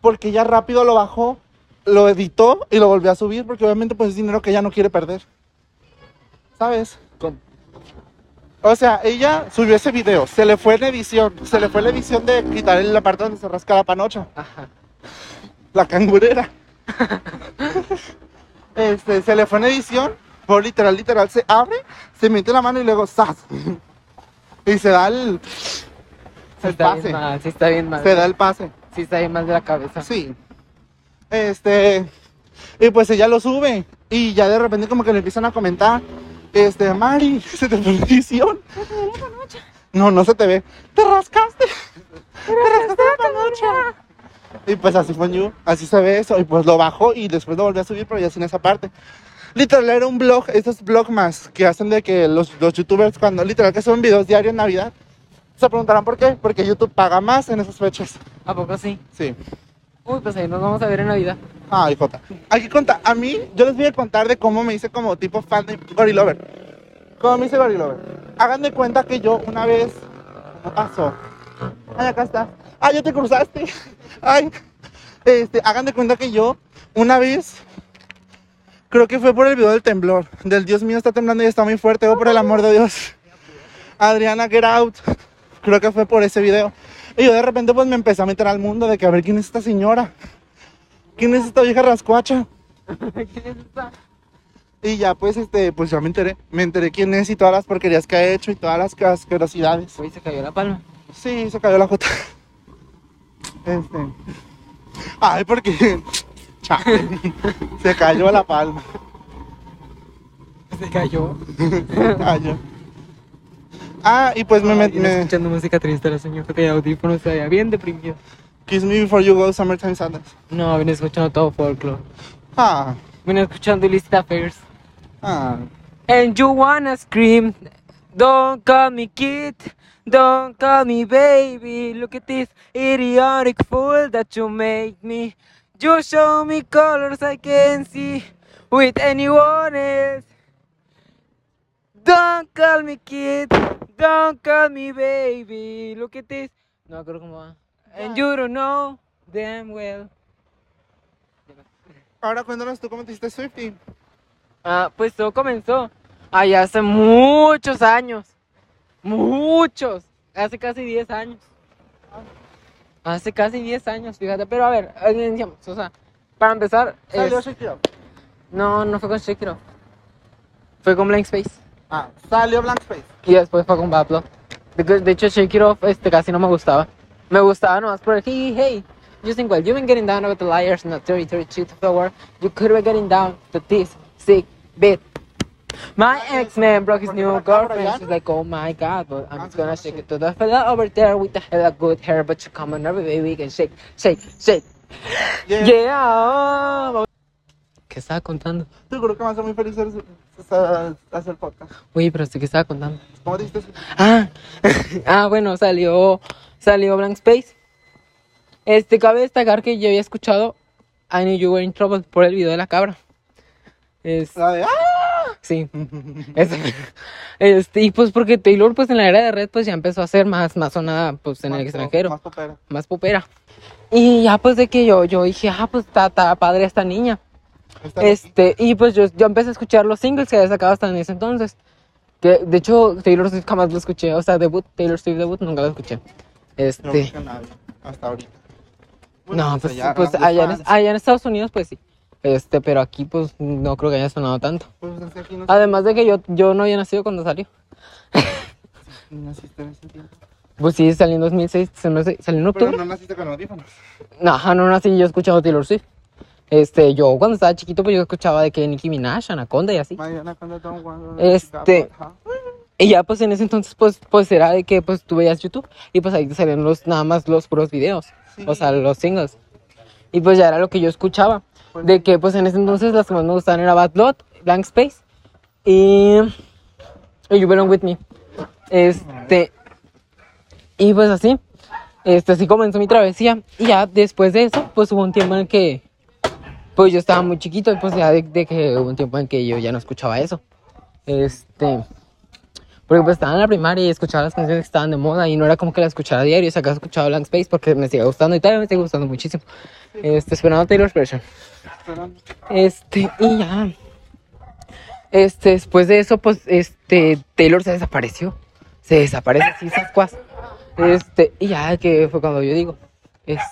Porque ella rápido lo bajó, lo editó y lo volvió a subir porque obviamente pues es dinero que ella no quiere perder. ¿Sabes? ¿Cómo? O sea, ella subió ese video, se le fue en edición, se le fue la edición de quitarle la parte donde se rasca la panocha, Ajá. la cangurera. Este, se le fue en edición, por literal, literal, se abre, se mete la mano y luego ¡zas! Y se da el, Sí el está bien pase, mal, sí está bien mal. se da el pase. Sí está bien mal de la cabeza. Sí. Este. Y pues ella lo sube. Y ya de repente, como que le empiezan a comentar: Este, Mari, se te fue la edición. No, no se te ve. Te rascaste. Te rascaste la panocha. Y pues así fue Ñu. Así se ve eso. Y pues lo bajó y después lo volvió a subir, pero ya sin esa parte. Literal, era un blog, estos blogmas que hacen de que los, los youtubers, cuando literal que suben videos diarios en Navidad, se preguntarán por qué. Porque YouTube paga más en esas fechas. ¿A poco sí? Sí. Uy, pues ahí nos vamos a ver en Navidad. Ay, Jota. Aquí conta, a mí, yo les voy a contar de cómo me hice como tipo fan de Gorilover. ¿Cómo me hice Gorilover? Hagan de cuenta que yo una vez. ¿Cómo pasó? Ay, acá está. Ay, ya te cruzaste. Ay. Este, hagan de cuenta que yo una vez. Creo que fue por el video del temblor. Del Dios mío está temblando y está muy fuerte. Oh, por el amor de Dios. Adriana, get out. Creo que fue por ese video. Y yo de repente pues me empecé a meter al mundo de que a ver quién es esta señora. ¿Quién es esta vieja rascuacha? ¿Quién es esta? Y ya pues este, pues ya me enteré, me enteré quién es y todas las porquerías que ha hecho y todas las asquerosidades. Uy, se cayó la palma. Sí, se cayó la jota. Este. Ay, porque chale, se cayó la palma. Se cayó. Se cayó. Ah, y pues me, Ay, me, viene me escuchando música triste la señora que tenía audífonos, estaba bien deprimido. Kiss Me Before You Go Summertime Sadness. No, viene escuchando todo folklore. Ah, Viene escuchando Lista Affairs. ah. And you wanna scream, don't call me kid, don't call me baby. Look at this idiotic fool that you make me. You show me colors I can't see with anyone else. Don't call me kid, don't call me baby. Look at this. No, creo cómo va. And you don't know damn well. Ahora cuéntanos tú cómo te hiciste Swifty. Ah, pues todo comenzó allá hace muchos años. Muchos. Hace casi 10 años. Hace casi 10 años, fíjate. Pero a ver, eh, digamos, o sea, para empezar. Salió es- Shakira. No, no fue con Shakiro. Fue con Blank Space. Ah, salió Blank Space. Y después fue con Bad Blood. De, de hecho, Shakiro este, casi no me gustaba. Me gustaba nomás por el hey, hey. You think, well, you've been getting down about the liars in the 30, 32 of the world. You could be getting down to this sick bit. My ex-man broke his new girlfriend. She's like, oh my god, but I'm just gonna shake it to the fella over there with the hella good hair, but you come on every week and shake, shake, shake. Yeah. Yeah. Oh. ¿Qué estaba contando? Seguro que me hace muy feliz hacer, hacer- hacer podcast. Uy, pero sí que estaba contando. ¿Cómo dijiste? Ah, ah, bueno, salió, salió Blank Space. Este, cabe destacar que yo había escuchado I Knew You Were in Trouble por el video de la cabra. Es, La de ¡Ah! sí. es- este, y pues porque Taylor, pues en la era de red, pues ya empezó a ser más, más sonada, pues en el Más- extranjero Más popera. más popera. Y ya pues de que yo, yo dije, ah, pues está, está padre esta niña. Está este, y pues yo, yo empecé a escuchar los singles que había sacado hasta en ese entonces. Que, de hecho, Taylor Swift jamás lo escuché. O sea, debut, Taylor Swift debut nunca lo escuché. No Este, busca nadie, hasta ahorita. no, pues, pues, los allá, en, fans, allá en Estados Unidos, pues sí. Este, pero aquí, pues, no creo que haya sonado tanto. pues, desde aquí no Además de que yo, yo no había nacido cuando salió. naciste en ese tiempo. Pues sí, salió en 2006, se me hace- salió en octubre. Pero no naciste con audífonos. No, ajá, no nací yo escuchando Taylor Swift. Este, yo cuando estaba chiquito, pues yo escuchaba de que Nicki Minaj, Anaconda y así. Mañana cuando tengo cuando- Este- Ajá. Y ya, pues en ese entonces, pues, pues era de que, pues tú veías YouTube y pues ahí te salían los, nada más los puros videos, o sea, los singles. Y pues ya era lo que yo escuchaba. De que, pues en ese entonces, las que más me gustaban era Bad Blood, Blank Space y. y You Belong With Me. Este. Y pues así. Este, así comenzó mi travesía. Y ya después de eso, pues hubo un tiempo en el que, pues yo estaba muy chiquito, y pues ya de, de que hubo un tiempo en que yo ya no escuchaba eso. Este, porque pues estaba en la primaria y escuchaba las canciones que estaban de moda y no era como que las escuchara a diario, o sea, que escuchaba Blank Space porque me sigue gustando y todavía me sigue gustando muchísimo. Este, esperando Taylor Version. Este, y ya. Este, después de eso, pues, este, Taylor se desapareció. Se desaparece así, Sasquatch. Este, y ya, que fue cuando yo digo, este,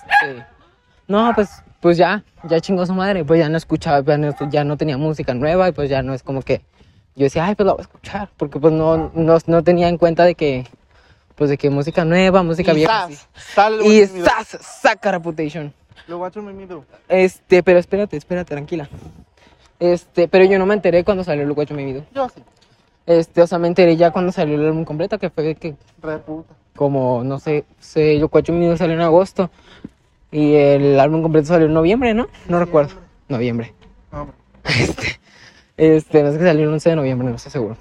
no, pues, pues ya, ya chingó su madre, pues ya no escuchaba, ya no, ya no tenía música nueva y pues ya no es como que, yo decía, ay, pues la voy a escuchar, porque pues no, no, no tenía en cuenta de que, pues de que música nueva, música vieja. sí. Sal, Y estás, saca Reputation. Lo voy a echar en mi dedo. Este, pero espérate, espérate, tranquila. Este, pero yo no me enteré cuando salió Look What You Made Me Do. Yo sí. Este, o sea, me enteré ya cuando salió el álbum completo, que fue que Re puta. como, no sé, sé Look What You Made Me Do salió en agosto. Y el álbum completo salió en noviembre, ¿no? No recuerdo. Noviembre. No, hombre. Este, este, no sé que salió el 11 de noviembre, no estoy seguro.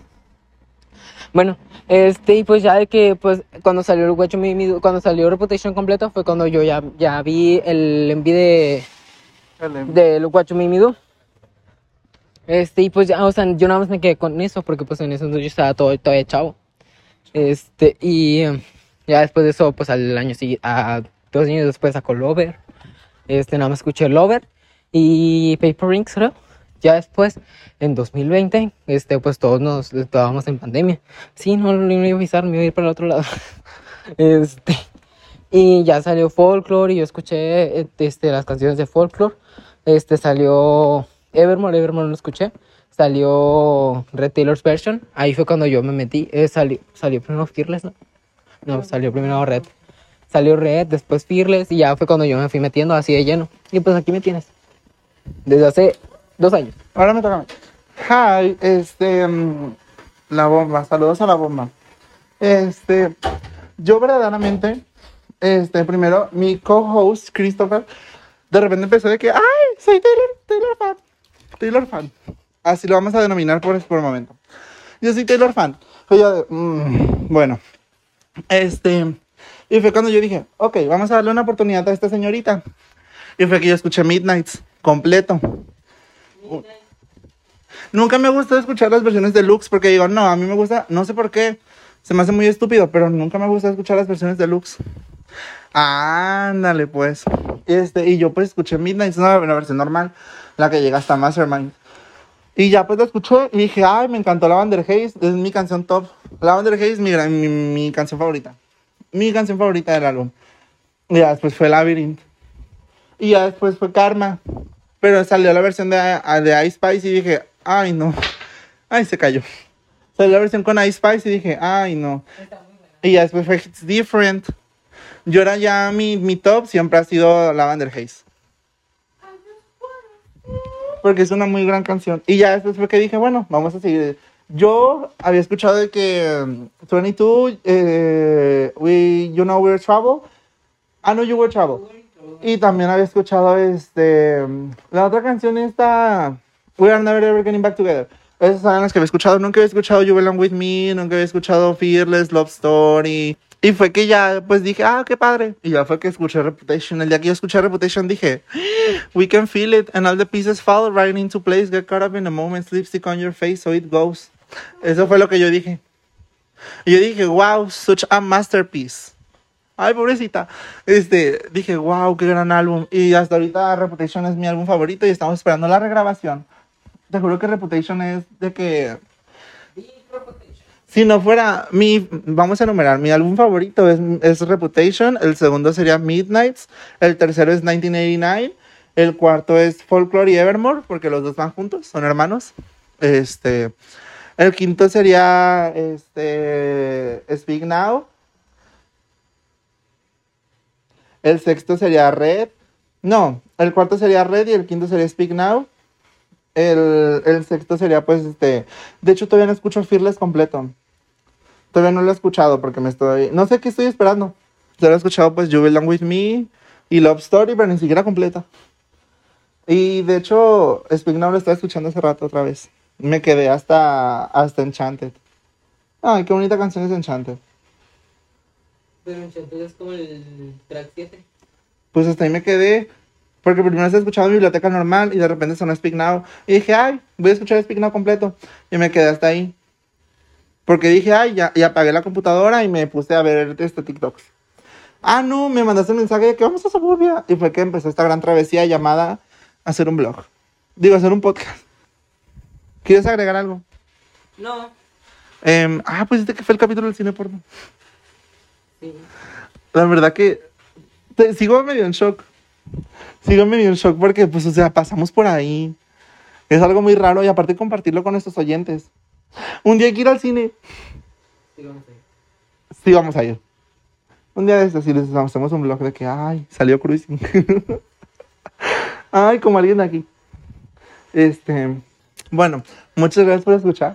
Bueno, este, y pues ya de que, pues, cuando salió el Guacho, mi- mi- cuando salió Reputation completo, fue cuando yo ya, ya vi el envío de, El em- de Look What You Made Me Do. Este, y pues ya, o sea, yo nada más me quedé con eso, porque pues en ese entonces yo estaba todo, todavía chavo. Este, y em, ya después de eso, pues al año siguiente, a dos años después sacó Lover. Este, nada más escuché Lover y Paper Rings, creo. Ya después, en 2020, este, pues todos nos estábamos en pandemia. Sí, no, no iba a avisar, me iba a ir para el otro lado. Este, y ya salió Folklore y yo escuché eh, este, las canciones de Folklore. Este salió Evermore, Evermore no lo escuché. Salió Red Taylor's Version. Ahí fue cuando yo me metí. Eh, salió, salió primero Fearless, ¿no? No, salió primero Red. Salió Red, después Fearless y ya fue cuando yo me fui metiendo así de lleno. Y pues aquí me tienes. Desde hace dos años. Ahora me toca a mí. Hi, este. mm, la bomba. Saludos a la bomba. Este. Yo verdaderamente. Este, primero, mi co-host, Christopher, de repente empezó de que, ¡ay! Soy Taylor, Taylor fan. Taylor fan. Así lo vamos a denominar por, por el momento. Yo soy Taylor fan. Y yo de, "Mm, bueno. Este. Y fue cuando yo dije, ok, vamos a darle una oportunidad a esta señorita. Y fue que yo escuché Midnights completo. Nunca me gustó escuchar las versiones deluxe porque digo, no, a mí me gusta, no sé por qué, se me hace muy estúpido, pero nunca me gusta escuchar las versiones deluxe. Ándale, pues. Este, y yo pues escuché Midnight, es una, una versión normal, la que llega hasta Mastermind. Y ya pues la escuché y dije, ay, me encantó Lavender Haze, es mi canción top. Lavender Haze es mi, gran- mi, mi canción favorita. Mi canción favorita del álbum. Y ya después fue Labyrinth. Y ya después fue Karma. Pero salió la versión de, de Ice Spice y dije, ay no. Ay, se cayó. Salió la versión con Ice Spice y dije, ay no. Y ya después fue It's Different. Yo era ya mi, mi top, siempre ha sido Lavender Haze. Porque es una muy gran canción. Y ya después fue que dije, bueno, vamos a seguir. Yo había escuchado de que mm, 22, eh, we, You Know We're Trouble. I Know You Were Trouble. Y también había escuchado este la otra canción esta We Are Never Ever Getting Back Together. Esas eran las que había escuchado. Nunca había escuchado You Belong With Me, nunca había escuchado Fearless, Love Story. Y fue que ya, pues dije, ah, qué padre. Y ya fue que escuché Reputation. El día que yo escuché Reputation dije, "Ah, We can feel it and all the pieces fall right into place. Get caught up in a moment, lipstick on your face, so it goes. Eso fue lo que yo dije. Y yo dije, wow, such a masterpiece. Ay, pobrecita. Este, dije, wow, qué gran álbum. Y hasta ahorita Reputation es mi álbum favorito y estamos esperando la regrabación. Te juro que Reputation es de que... Si no fuera mi, vamos a enumerar, mi álbum favorito es, es Reputation, el segundo sería Midnights, el tercero es 1989, el cuarto es Folklore y Evermore, porque los dos van juntos, son hermanos. Este, el quinto sería este, Speak Now, El sexto sería Red. No, el cuarto sería Red y el quinto sería Speak Now. El, el sexto sería pues este... De hecho todavía no escucho Fearless completo. Todavía no lo he escuchado porque me estoy... No sé qué estoy esperando. Solo he escuchado pues You Belong With Me y Love Story, pero ni siquiera completa. Y de hecho Speak Now lo estaba escuchando hace rato otra vez. Me quedé hasta, hasta Enchanted. Ay, qué bonita canción es Enchanted. Pero entonces es como el track 7. Pues hasta ahí me quedé. Porque primero estaba escuchando biblioteca normal y de repente sonó Speak Now. Y dije, ay, voy a escuchar Speak Now completo. Y me quedé hasta ahí. Porque dije, ay, ya, y apagué la computadora y me puse a ver este TikToks. Ah, no, me mandaste un mensaje de que vamos a Suburbia. Y fue que empezó esta gran travesía llamada hacer un blog. Digo, hacer un podcast. ¿Quieres agregar algo? No. Em, ah, pues este que fue el capítulo del cine porno. Sí. La verdad que te- sigo medio en shock. Sigo medio en shock porque, pues, o sea, pasamos por ahí. Es algo muy raro y aparte compartirlo con nuestros oyentes. Un día hay que ir al cine. Sí, vamos a ir. Sí, vamos a ir. Un día de estos y les hacemos un blog de que, ay, salió cruising. ay, como alguien de aquí. Este, bueno, muchas gracias por escuchar.